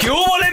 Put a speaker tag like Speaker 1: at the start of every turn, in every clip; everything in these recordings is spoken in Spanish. Speaker 1: ¿Qué hubo, le,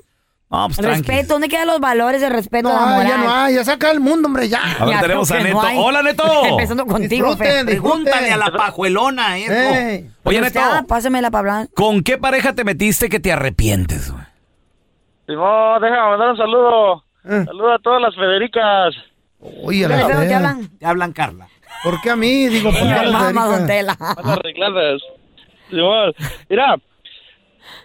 Speaker 1: No, pues tranqui.
Speaker 2: respeto, ¿dónde quedan los valores de respeto
Speaker 3: No
Speaker 2: a la
Speaker 3: hay,
Speaker 2: moral?
Speaker 3: ya no hay, ya saca el mundo, hombre, ya.
Speaker 1: A ver,
Speaker 2: Ya,
Speaker 1: tenemos
Speaker 2: creo
Speaker 1: a
Speaker 2: que
Speaker 1: Neto.
Speaker 2: no hay.
Speaker 1: ¡Hola, Neto!
Speaker 2: Empezando contigo,
Speaker 3: Disfruten,
Speaker 2: Fer.
Speaker 3: disfruten.
Speaker 4: Pregúntale a la pajuelona, eh.
Speaker 3: Ey.
Speaker 1: Oye,
Speaker 2: Pero
Speaker 1: Neto.
Speaker 2: usted, Pásamela para hablar.
Speaker 1: ¿Con qué pareja te metiste que te arrepientes, güey?
Speaker 5: Simón, déjame mandar un saludo. Saludo a todas las Federicas.
Speaker 3: Oye, Eh. a la
Speaker 2: Pero te
Speaker 3: fea.
Speaker 2: hablan.
Speaker 4: Te hablan, Carla.
Speaker 3: ¿Por qué a mí? Digo, ¿por qué a la
Speaker 2: Mamá, don
Speaker 3: Federica?
Speaker 2: Tela.
Speaker 5: arregladas. Simón, mira,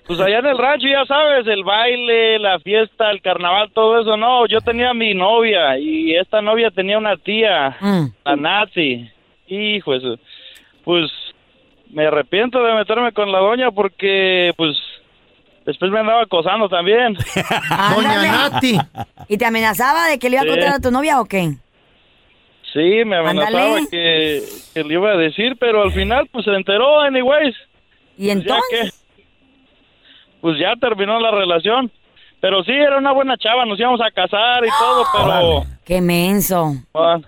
Speaker 5: pues allá en el rancho ya sabes, el baile, la fiesta, el carnaval, todo eso, no, yo tenía mi novia y esta novia tenía una tía,
Speaker 6: Mm.
Speaker 5: la Nazi, hijo eso, pues me arrepiento de meterme con la doña porque pues después me andaba acosando también.
Speaker 3: Doña
Speaker 2: Ándale.
Speaker 3: Nati.
Speaker 2: ¿Y te amenazaba de que le iba a
Speaker 5: Sí.
Speaker 2: contar a tu novia o qué?
Speaker 5: Sí, me amenazaba
Speaker 2: Ándale.
Speaker 5: que, que le iba a decir, pero al final pues se enteró anyways.
Speaker 2: ¿Y
Speaker 5: Pues ya
Speaker 2: entonces?
Speaker 5: que- pues ya terminó la relación. Pero sí, era una buena chava, nos íbamos a casar y todo,
Speaker 2: Ah,
Speaker 5: pero...
Speaker 2: Qué menso.
Speaker 5: Ah,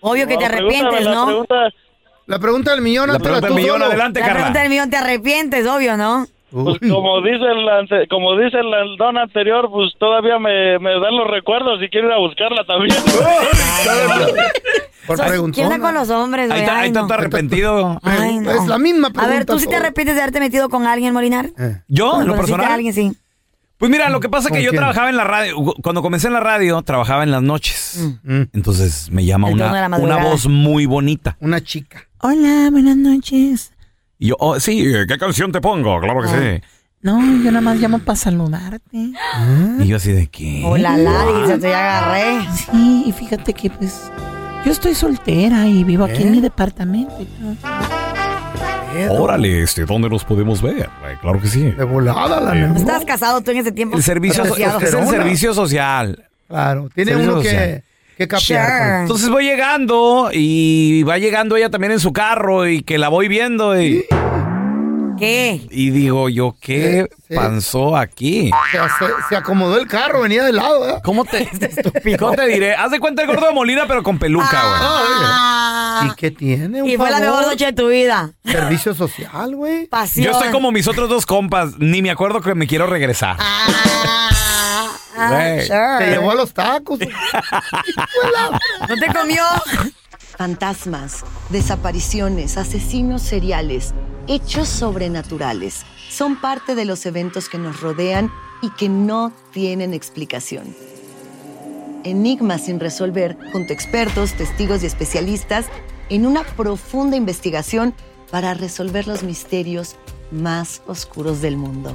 Speaker 2: Obvio que te
Speaker 5: bueno, pregúntame
Speaker 2: arrepientes,
Speaker 5: la
Speaker 2: ¿no?
Speaker 5: pregunta.
Speaker 3: La pregunta del millón,
Speaker 1: La
Speaker 3: hazla
Speaker 1: pregunta
Speaker 3: tú
Speaker 1: del millón,
Speaker 3: solo.
Speaker 1: adelante,
Speaker 2: La pregunta
Speaker 1: Carla.
Speaker 2: del millón, te arrepientes, obvio, ¿no?
Speaker 5: Pues como dice el, ante- como dice el, el don anterior, pues todavía me, me dan los recuerdos y quiero ir a buscarla también.
Speaker 3: Por
Speaker 2: Sos- ¿Quién
Speaker 3: preguntona.
Speaker 2: está con los hombres,
Speaker 1: Ahí
Speaker 2: güey?
Speaker 1: está, ahí
Speaker 2: Ay,
Speaker 1: está
Speaker 2: no.
Speaker 1: todo arrepentido.
Speaker 2: Ay, no.
Speaker 3: Es la misma
Speaker 2: A
Speaker 3: pregunta.
Speaker 2: ver, ¿tú sí te
Speaker 3: todo.
Speaker 2: arrepientes de haberte metido con alguien, Molinar?
Speaker 3: Eh.
Speaker 1: ¿Yo, en
Speaker 2: ¿Cuando
Speaker 1: lo
Speaker 2: conociste
Speaker 1: personal?
Speaker 2: a alguien, sí.
Speaker 1: Pues mira, lo que pasa es que
Speaker 3: ¿Con
Speaker 1: yo
Speaker 3: quién?
Speaker 1: trabajaba en la radio. Cuando comencé en la radio, trabajaba en las noches.
Speaker 3: Mm.
Speaker 1: Entonces me llama
Speaker 2: El tono de la
Speaker 1: una,
Speaker 2: madrugada.
Speaker 1: una voz muy bonita.
Speaker 3: Una chica.
Speaker 2: Hola, buenas noches.
Speaker 1: Y yo, oh, sí, ¿qué canción te pongo? Claro que
Speaker 2: Ah.
Speaker 1: sí.
Speaker 2: No, yo nada más llamo para saludarte.
Speaker 3: ¿Ah?
Speaker 1: Y yo así de qué.
Speaker 2: Hola, la, dice, te agarré.
Speaker 7: Sí, y fíjate que pues yo estoy soltera y vivo aquí
Speaker 3: ¿Eh?
Speaker 7: en mi departamento. y todo.
Speaker 1: Órale, este, ¿dónde nos podemos ver? Eh, claro que sí.
Speaker 3: Ah,
Speaker 1: Eh,
Speaker 3: De volada la nena.
Speaker 2: ¿Estás casado tú en ese tiempo?
Speaker 1: El servicio, so-
Speaker 2: Asociado.
Speaker 1: es el servicio social.
Speaker 3: Claro, tiene
Speaker 1: Servicio
Speaker 3: uno que,
Speaker 1: social.
Speaker 3: que capear.
Speaker 1: Entonces voy llegando y va llegando ella también en su carro y que la voy viendo y,
Speaker 2: ¿Qué?
Speaker 1: y digo yo, ¿qué
Speaker 3: Sí, sí.
Speaker 1: pasó aquí?
Speaker 3: Se, hace- se acomodó el carro, venía de lado, ¿eh?
Speaker 1: ¿Cómo te, ¿Cómo te diré? Ah, Haz de cuenta el gordo de Molina, pero con peluca,
Speaker 2: Ah,
Speaker 3: ¿Y qué tiene? Un
Speaker 2: y fue la
Speaker 3: favor.
Speaker 2: mejor noche de tu vida.
Speaker 3: Servicio social, güey.
Speaker 1: güey.
Speaker 2: Pasión.
Speaker 1: Yo estoy como mis otros dos compas, ni me acuerdo que me quiero regresar.
Speaker 2: Ah, ah,
Speaker 1: Güey.
Speaker 2: sure.
Speaker 3: Te llevó a los tacos.
Speaker 2: ¿No te comió?
Speaker 8: Fantasmas, desapariciones, asesinos seriales, hechos sobrenaturales son parte de los eventos que nos rodean y que no tienen explicación. Enigmas sin resolver, junto a expertos, testigos y especialistas, en una profunda investigación para resolver los misterios más oscuros del mundo.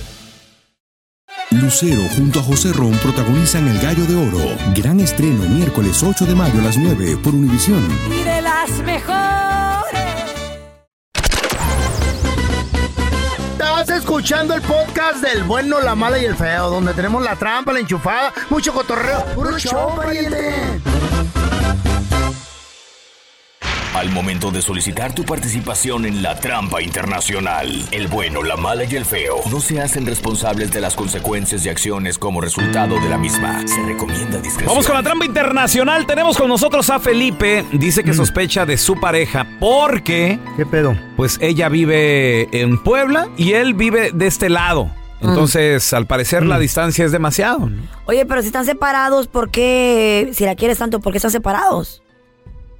Speaker 9: Lucero junto a José Ron protagonizan El Gallo de Oro. Gran estreno miércoles 8 de mayo a las 9 por Univisión.
Speaker 2: Y de las mejores.
Speaker 3: Estás escuchando el podcast del bueno, la mala y el feo, donde tenemos la trampa, la enchufada, mucho cotorreo. ¡Puro show, pariente!
Speaker 10: Al momento de solicitar tu participación en la trampa internacional, el bueno, la mala y el feo no se hacen responsables de las consecuencias y acciones como resultado de la misma. Se recomienda discreción.
Speaker 1: Vamos con la trampa internacional. Tenemos con nosotros a Felipe. Dice
Speaker 2: Mm.
Speaker 1: que sospecha de su pareja porque.
Speaker 3: ¿Qué pedo?
Speaker 1: Pues ella vive en Puebla y él vive de este lado.
Speaker 2: Mm.
Speaker 1: Entonces, al parecer, la distancia es demasiado. ¿no?
Speaker 2: Oye, pero si están separados, ¿por qué? Si la quieres tanto, ¿por qué están separados?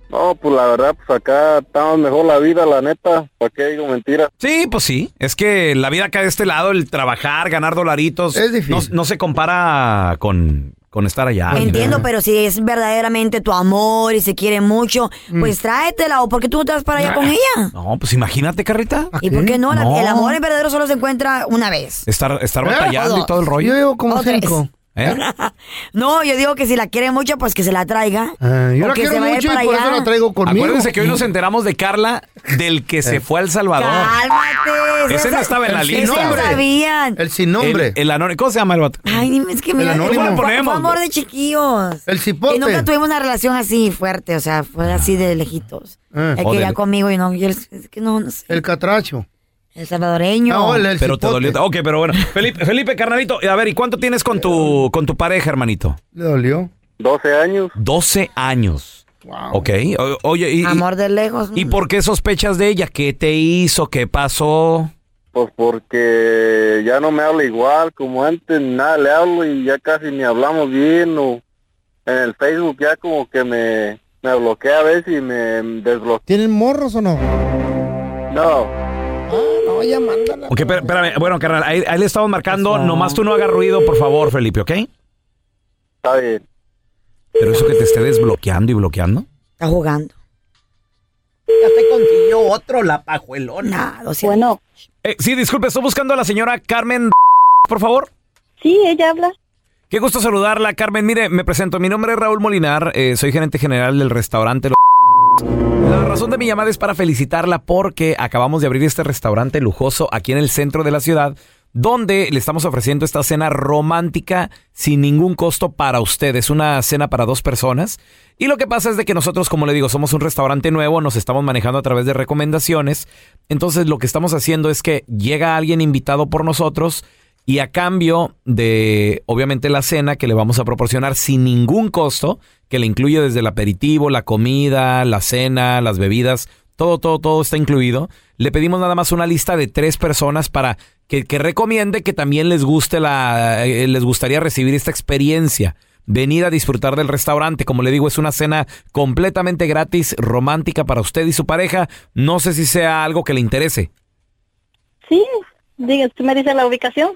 Speaker 11: No, pues la verdad, pues acá estamos mejor la vida, la neta. ¿Para qué digo mentira?
Speaker 1: Sí, pues sí. Es que la vida acá de este lado, el trabajar, ganar dolaritos, no, no se compara con, con estar allá.
Speaker 2: Entiendo, pero si es verdaderamente tu amor y se quiere mucho,
Speaker 3: Mm.
Speaker 2: pues tráetela. ¿O por qué tú no te vas para allá con ella?
Speaker 1: No, pues imagínate, Carrita.
Speaker 2: ¿Y por qué no? La-
Speaker 1: No.
Speaker 2: el amor en verdadero solo se encuentra una vez.
Speaker 1: Estar, estar
Speaker 2: ¿Eh?
Speaker 1: batallando y todo el rollo.
Speaker 2: Yo llevo como
Speaker 1: ¿Eh?
Speaker 2: cinco. No, yo digo que si la quiere mucho, pues que se la traiga.
Speaker 1: Ah,
Speaker 2: O que se vaya para allá.
Speaker 1: Acuérdense que hoy nos enteramos de Carla, del que se fue a El Salvador.
Speaker 2: Cálmate.
Speaker 1: Ah, Ese no estaba en la
Speaker 2: El sin
Speaker 1: lista.
Speaker 2: nombre. sabían.
Speaker 3: El sin
Speaker 1: El, el anónimo. ¿Cómo se llama el vato?
Speaker 2: Ay, dime, es que me
Speaker 1: El
Speaker 2: fue,
Speaker 1: anónimo.
Speaker 2: fue- fue
Speaker 1: Ponemos.
Speaker 2: amor de chiquillos.
Speaker 3: El cipote. Ah,
Speaker 2: Y nunca tuvimos una relación así fuerte, o sea, fue así de lejitos.
Speaker 3: Ah.
Speaker 2: Él
Speaker 3: Joder.
Speaker 2: quería conmigo y no, yo es que no, no sé.
Speaker 3: El catracho.
Speaker 2: El salvadoreño.
Speaker 1: pero te dolió. Ok, pero bueno. Felipe, Felipe, carnalito, a ver, ¿y cuánto tienes con tu, con tu pareja, hermanito?
Speaker 3: ¿Le dolió?
Speaker 11: 12 años.
Speaker 1: 12 años. Ok. O- oye, y,
Speaker 2: Amor de lejos.
Speaker 1: ¿y por qué sospechas de ella? ¿Qué te hizo? ¿Qué pasó?
Speaker 11: Pues porque ya no me habla igual como antes, nada le hablo y ya casi ni hablamos bien o en el Facebook ya como que me, me bloquea a veces y me desbloquea.
Speaker 3: ¿Tienen morros o no?
Speaker 11: No,
Speaker 3: No, ya mándala.
Speaker 1: Ok, pero- espérame. Bueno, carnal, ahí, ahí le estamos marcando. Nomás tú no hagas ruido, por favor, Felipe, ¿ok?
Speaker 11: está bien.
Speaker 1: Pero eso que te esté desbloqueando y bloqueando.
Speaker 2: Está jugando.
Speaker 12: Ya te consiguió otro, la pajuelona.
Speaker 13: Bueno.
Speaker 1: Eh, sí, disculpe, estoy buscando a la señora Carmen, por favor.
Speaker 13: Sí, ella habla.
Speaker 1: Qué gusto saludarla, Carmen. Mire, me presento. Mi nombre es Raúl Molinar. eh, soy gerente general del restaurante Los La razón de mi llamada es para felicitarla porque acabamos de abrir este restaurante lujoso aquí en el centro de la ciudad, donde le estamos ofreciendo esta cena romántica sin ningún costo para usted. Es una cena para dos personas. Y lo que pasa es de que nosotros, como le digo, somos un restaurante nuevo, nos estamos manejando a través de recomendaciones. Entonces lo que estamos haciendo es que llega alguien invitado por nosotros. Y a cambio de, obviamente, la cena que le vamos a proporcionar sin ningún costo, que le incluye desde el aperitivo, la comida, la cena, las bebidas, todo, todo, todo está incluido. Le pedimos nada más una lista de tres personas para que, que recomiende que también les guste la, eh, les gustaría recibir esta experiencia. Venir a disfrutar del restaurante. Como le digo, es una cena completamente gratis, romántica para usted y su pareja. No sé si sea algo que le interese.
Speaker 13: Sí, diga, ¿tú me dices la ubicación?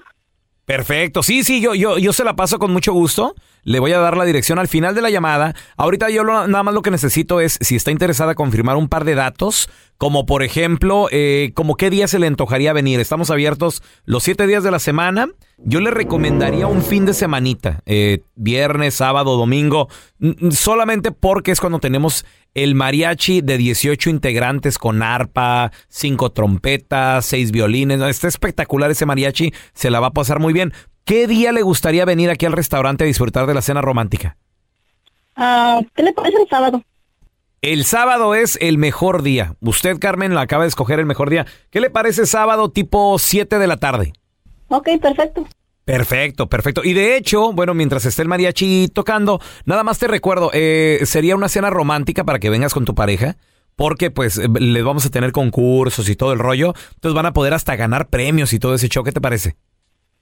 Speaker 1: Perfecto, sí, sí, yo, yo, yo se la paso con mucho gusto. Le voy a dar la dirección al final de la llamada. Ahorita yo lo- nada más lo que necesito es, si está interesada, confirmar un par de datos, como por ejemplo, eh, como qué día se le antojaría venir. Estamos abiertos los siete días de la semana. Yo le recomendaría un fin de semanita, eh, viernes, sábado, domingo, n- n- solamente porque es cuando tenemos el mariachi de 18 integrantes con arpa, cinco trompetas, seis violines. No, Está espectacular ese mariachi, se la va a pasar muy bien. ¿Qué día le gustaría venir aquí al restaurante a disfrutar de la cena romántica?
Speaker 13: Ah, ¿Qué le parece el sábado?
Speaker 1: El sábado es el mejor día. Usted, Carmen, la acaba de escoger el mejor día. ¿Qué le parece sábado tipo 7 de la tarde?
Speaker 13: Ok, perfecto.
Speaker 1: Perfecto, perfecto. Y de hecho, bueno, mientras esté el mariachi tocando, nada más te recuerdo, eh, sería una cena romántica para que vengas con tu pareja, porque pues eh, les vamos a tener concursos y todo el rollo, entonces van a poder hasta ganar premios y todo ese show, ¿qué te parece?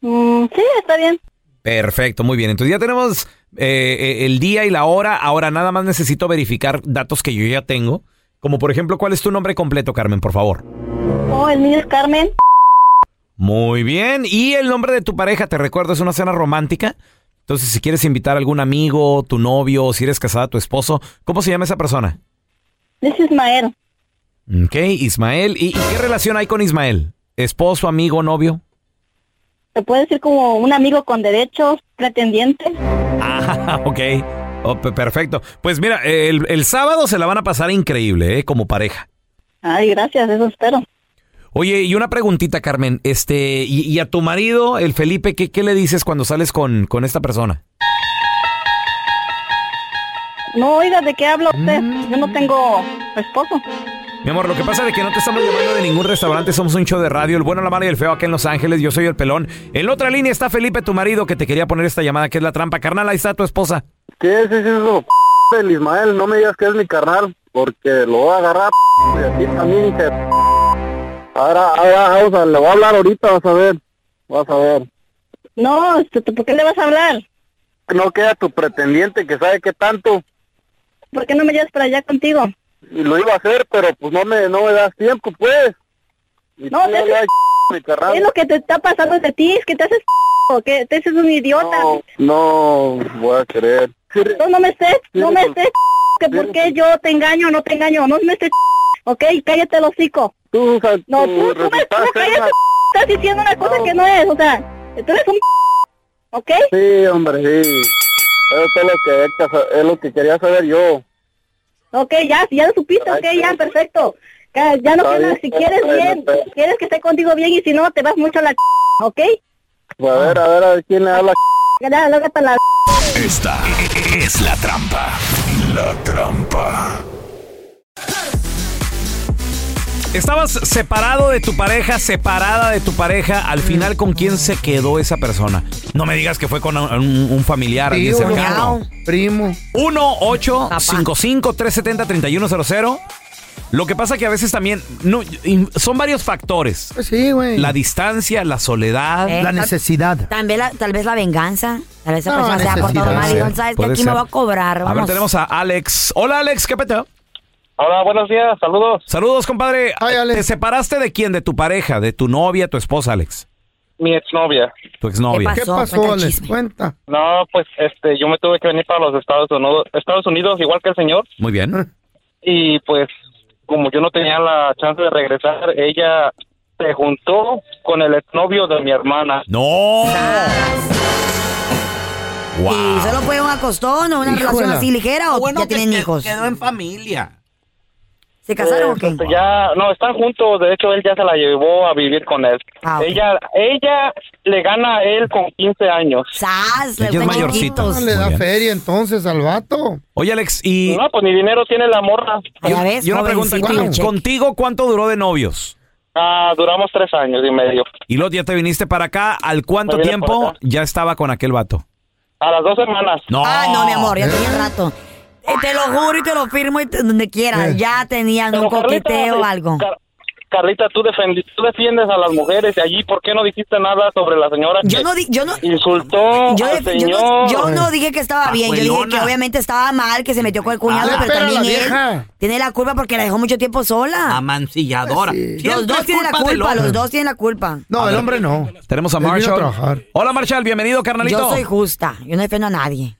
Speaker 13: Mm, sí, está bien.
Speaker 1: Perfecto, muy bien. Entonces ya tenemos eh, eh, el día y la hora. Ahora nada más necesito verificar datos que yo ya tengo. Como por ejemplo, ¿cuál es tu nombre completo, Carmen, por favor?
Speaker 13: Oh, el niño es Carmen.
Speaker 1: Muy bien. Y el nombre de tu pareja, te recuerdo, es una cena romántica. Entonces, si quieres invitar a algún amigo, tu novio, o si eres casada, tu esposo, ¿cómo se llama esa persona?
Speaker 13: This is Maero.
Speaker 1: Ok, Ismael. ¿Y, y qué relación hay con Ismael? ¿Esposo, amigo, novio?
Speaker 13: Se puede decir como un amigo con derechos, pretendiente.
Speaker 1: Ah, ok. Oh, pe- perfecto. Pues mira, el, el sábado se la van a pasar increíble, ¿eh? Como pareja.
Speaker 13: Ay, gracias, eso espero.
Speaker 1: Oye, y una preguntita, Carmen. Este, y, y a tu marido, el Felipe, ¿qué, qué le dices cuando sales con, con esta persona?
Speaker 13: No, oiga, ¿de qué habla usted? Yo no tengo esposo.
Speaker 1: Mi amor, lo que pasa es que no te estamos llamando de ningún restaurante, somos un show de radio, el bueno, la mala y el feo acá en Los Ángeles, yo soy el pelón. En la otra línea está Felipe, tu marido, que te quería poner esta llamada, que es la trampa. Carnal, ahí está tu esposa.
Speaker 5: ¿Qué es eso, p del Ismael? No me digas que es mi carnal, porque lo voy a agarrar, p y aquí también, dije, p Ahora, ahora, vamos a- le voy a hablar ahorita, vas a ver. Vas a ver.
Speaker 13: No, este, ¿tú ¿por qué le vas a hablar?
Speaker 5: No queda tu pretendiente que sabe qué tanto.
Speaker 13: ¿Por qué no me llevas para allá contigo?
Speaker 5: Y lo iba a hacer, pero pues no me, no me das tiempo, pues. Y
Speaker 13: No,
Speaker 5: tú
Speaker 13: te
Speaker 5: le das
Speaker 13: haces
Speaker 5: mi carnal.
Speaker 13: ¿Qué es lo que te está pasando de ti? Es que te haces o que te haces un idiota.
Speaker 5: No, voy a creer.
Speaker 13: No, no me estés, no me estés, que por qué yo te engaño, no te engaño, no me estés, ok, cállate el hocico.
Speaker 5: Tú,
Speaker 13: no, tú, tú me, tú me cállate, estás diciendo una cosa que no es, o sea, tú eres un, ok,
Speaker 5: Sí, hombre, sí. Eso es lo que, es lo que quería saber yo.
Speaker 13: ok, ya, ya lo supiste, ok, ya, perfecto. Ya, ya no
Speaker 5: Está
Speaker 13: quieres,
Speaker 5: bien,
Speaker 13: si quieres
Speaker 5: está bien,
Speaker 13: bien,
Speaker 5: está bien.
Speaker 13: quieres que esté contigo bien y si no, te vas mucho a la, ok,
Speaker 5: Pues a ver, a ver, a ver quién le habla.
Speaker 13: ya, lógate la...
Speaker 10: Esta es la trampa. La trampa.
Speaker 1: Estabas separado de tu pareja, separada de tu pareja, al final con quién se quedó esa persona. No me digas que fue con un,
Speaker 3: Ah,
Speaker 1: un familiar, alguien
Speaker 3: Tío,
Speaker 1: cercano.
Speaker 3: primo.
Speaker 1: 1 8 55 370 3100 Lo que pasa que a veces también no, in- son varios factores.
Speaker 2: Pues
Speaker 3: Sí, güey.
Speaker 1: La distancia, la soledad,
Speaker 2: Eh, La
Speaker 3: necesidad.
Speaker 2: Tal vez la, tal vez la venganza. Tal vez esa
Speaker 1: No,
Speaker 2: persona se ha
Speaker 1: necesidad.
Speaker 2: portado mal y no sabes que
Speaker 1: Puede
Speaker 2: aquí
Speaker 1: ser.
Speaker 2: me va a cobrar.
Speaker 1: A ver,
Speaker 2: Vamos.
Speaker 1: tenemos a Alex. Hola, Alex, ¿qué peta?
Speaker 5: Hola, buenos días, saludos.
Speaker 1: Saludos, compadre. ¿Te separaste de quién? De tu pareja, de tu novia, tu esposa, Alex.
Speaker 5: Mi exnovia.
Speaker 1: Tu exnovia.
Speaker 3: ¿Qué pasó, Alex? Cuenta.
Speaker 5: No, pues este, yo me tuve que venir para los Estados Unidos, Estados Unidos igual que el señor,
Speaker 1: Muy bien.
Speaker 5: y pues como yo no tenía la chance de regresar, ella se juntó con el exnovio de mi hermana.
Speaker 1: No.
Speaker 2: ¿Y solo fue un acostón o una
Speaker 5: Híjole.
Speaker 2: relación así ligera o
Speaker 12: Bueno,
Speaker 2: ya
Speaker 12: que
Speaker 2: tienen
Speaker 12: que-
Speaker 2: hijos?
Speaker 12: Quedó en familia.
Speaker 2: ¿Se casaron o qué?
Speaker 5: Este, ya, no, están juntos. De hecho, él ya se la llevó a vivir con él.
Speaker 2: Ah, ok.
Speaker 5: Ella, ella le gana a él con 15 años.
Speaker 2: ¡Sas!
Speaker 1: Ella es mayorcita.
Speaker 3: No le da feria entonces al vato.
Speaker 1: Oye, Alex, y.
Speaker 5: No, pues ni dinero tiene la morra.
Speaker 1: Yo- yo una pregunta. ¿cu- ¿Contigo cuánto duró de novios?
Speaker 5: Ah, duramos tres años y medio.
Speaker 1: Y luego ya te viniste para acá. ¿Al cuánto
Speaker 5: Me vine por
Speaker 1: tiempo
Speaker 5: acá.
Speaker 1: ya estaba con aquel vato?
Speaker 5: A las dos semanas.
Speaker 1: No.
Speaker 2: Ah, no, mi amor, ya tenía rato. Eh, te lo juro y te lo firmo y te- donde quieras.
Speaker 5: Eh.
Speaker 2: Ya tenían
Speaker 5: Pero,
Speaker 2: un
Speaker 5: Carlita,
Speaker 2: coqueteo o algo.
Speaker 5: Car- Carlita, tú, defendi- tú defiendes a las mujeres y allí, ¿por qué no dijiste nada sobre la señora
Speaker 2: Yo
Speaker 5: que
Speaker 2: no di- yo no-
Speaker 5: insultó
Speaker 2: Yo,
Speaker 5: al
Speaker 2: def- yo
Speaker 5: señor?
Speaker 2: no, yo no dije que estaba bien, yo dije que
Speaker 5: Pajuelona.
Speaker 2: obviamente estaba mal, que se metió con el cuñado,
Speaker 12: Ah,
Speaker 2: pero
Speaker 12: pero la
Speaker 2: también él
Speaker 12: vieja.
Speaker 2: tiene la culpa porque la dejó mucho tiempo sola.
Speaker 12: Amancilladora.
Speaker 2: Los dos tienen la culpa, los dos tienen la culpa.
Speaker 1: A ver, Tenemos a
Speaker 3: Él vino a
Speaker 1: Marshall.
Speaker 3: trabajar.
Speaker 1: Hola, Marshall, bienvenido, carnalito.
Speaker 2: Yo soy justa, yo no defiendo a nadie.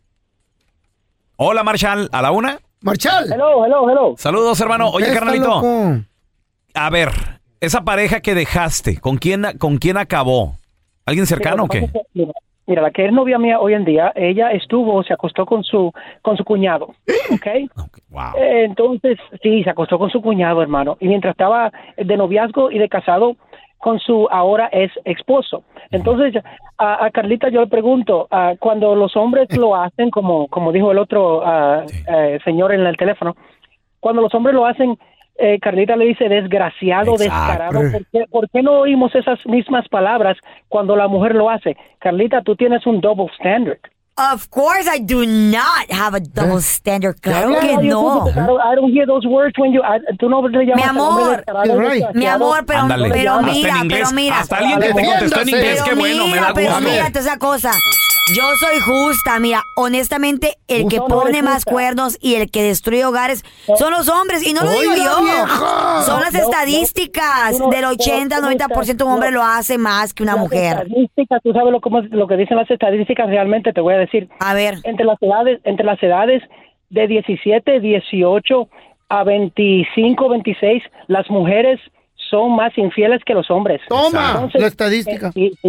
Speaker 1: Hola, Marshall, a la una.
Speaker 3: Marshall.
Speaker 14: Hello, hello, hello.
Speaker 1: Saludos, hermano. Oye,
Speaker 3: Está
Speaker 1: carnalito.
Speaker 3: loco.
Speaker 1: A ver, esa pareja que dejaste, ¿con quién, con quién acabó? ¿Alguien cercano o qué?
Speaker 14: Mira, mira, la que es novia mía hoy en día, ella estuvo, se acostó con su con su cuñado, ¿ok? Eh, Entonces, sí, se acostó con su cuñado, hermano. Y mientras estaba de noviazgo y de casado con su ahora es esposo. Entonces, a, a Carlita yo le pregunto, ah, cuando los hombres lo hacen, como, como dijo el otro ah, eh, señor en el teléfono, cuando los hombres lo hacen, eh, Carlita le dice desgraciado, descarado. ¿Por qué, por qué no oímos esas mismas palabras cuando la mujer lo hace? Carlita, tú tienes un double standard.
Speaker 2: Of course I do not have a double standard, claro
Speaker 14: Claro,
Speaker 2: que
Speaker 14: yo
Speaker 2: no.
Speaker 14: pienso que I don't- I don't hear those words when you- I- tú no le
Speaker 2: Mi
Speaker 14: llamas al hombre
Speaker 2: amor,
Speaker 14: descarado,
Speaker 2: mi
Speaker 14: desgraciado.
Speaker 2: amor, pero,
Speaker 14: Ándale.
Speaker 2: pero
Speaker 14: Hasta en
Speaker 2: mira,
Speaker 14: inglés,
Speaker 2: pero mira.
Speaker 14: hasta alguien que te contestó en inglés,
Speaker 2: Pero
Speaker 14: qué bueno, me
Speaker 2: mira,
Speaker 14: da
Speaker 2: Pero
Speaker 14: gusto.
Speaker 2: mira, esa cosa. Yo soy justa, mira, honestamente, el que
Speaker 14: Justa no eres
Speaker 2: pone más
Speaker 14: justa.
Speaker 2: cuernos y el que destruye hogares son los hombres, y no lo digo
Speaker 14: Oiga,
Speaker 2: yo.
Speaker 14: vieja.
Speaker 2: Son las
Speaker 14: No, no,
Speaker 2: estadísticas,
Speaker 14: tú no-
Speaker 2: del
Speaker 14: no,
Speaker 2: 80,
Speaker 14: tú no
Speaker 2: 90% un
Speaker 14: estás-
Speaker 2: hombre
Speaker 14: no.
Speaker 2: lo hace más que una
Speaker 14: Las
Speaker 2: mujer.
Speaker 14: estadísticas, tú sabes lo, cómo es- lo que dicen las estadísticas realmente, te voy a decir.
Speaker 2: A ver.
Speaker 14: Entre las edades, entre las edades de 17, 18 a 25, 26, las mujeres son más infieles que los hombres.
Speaker 3: Toma, la
Speaker 14: estadística. eso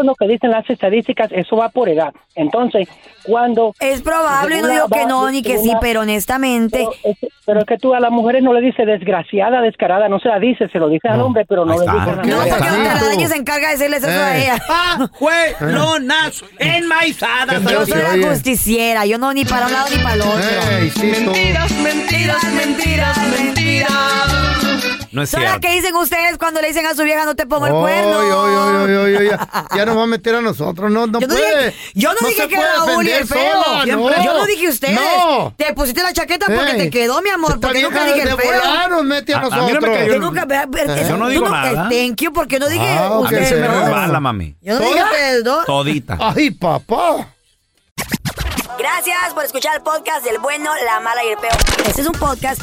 Speaker 14: es lo que dicen las estadísticas, eso va por edad. Entonces, cuando...
Speaker 2: Es probable, no digo que no, ni que sí, pero honestamente...
Speaker 14: Pero es, pero es que tú a las mujeres no le dices desgraciada, descarada, no se la dices, se lo dices al hombre, pero no le dices nada.
Speaker 2: No, porque
Speaker 3: Ah,
Speaker 2: don Telaraño se encarga de hacerles eso
Speaker 3: Eh.
Speaker 2: a ella.
Speaker 12: Ah, juez, no, nazo, enmaizada.
Speaker 2: Yo soy la justiciera, yo no ni para un lado ni para el
Speaker 3: Eh,
Speaker 2: otro.
Speaker 15: Mentiras, mentiras, mentiras, mentiras.
Speaker 1: No es
Speaker 2: Son las
Speaker 1: cierto.
Speaker 2: que dicen ustedes cuando le dicen a su vieja no te pongo el
Speaker 3: Oy,
Speaker 2: cuerno.
Speaker 3: oy, oy, oy, oy, oy, ya, ya nos va a meter a nosotros. No, no
Speaker 2: Yo no
Speaker 3: puede.
Speaker 2: dije, yo no dije
Speaker 3: se
Speaker 2: que
Speaker 3: puede
Speaker 2: era Uli
Speaker 3: defender
Speaker 2: el feo.
Speaker 3: sola, no.
Speaker 2: Yo no dije ustedes.
Speaker 3: No.
Speaker 2: Te pusiste la chaqueta porque
Speaker 3: Ey,
Speaker 2: te quedó, mi amor.
Speaker 3: esta
Speaker 2: Porque nunca
Speaker 3: vieja
Speaker 2: dije el
Speaker 3: de
Speaker 2: feo.
Speaker 3: volar nos mete a A- a mí no me nosotros. cayó
Speaker 2: Yo
Speaker 3: el-
Speaker 2: nunca. ve- ve-
Speaker 3: Eh. Yo no
Speaker 2: tú
Speaker 3: digo nada.
Speaker 2: Thank you, porque no dije
Speaker 3: Ah, ok.
Speaker 2: ustedes.
Speaker 3: A mí se me
Speaker 2: dos.
Speaker 3: resbala,
Speaker 1: mami.
Speaker 2: Yo no dije ustedes dos.
Speaker 1: Todita.
Speaker 3: Ay, papá.
Speaker 2: Gracias por escuchar el podcast del bueno, la mala y el peor. Este es un podcast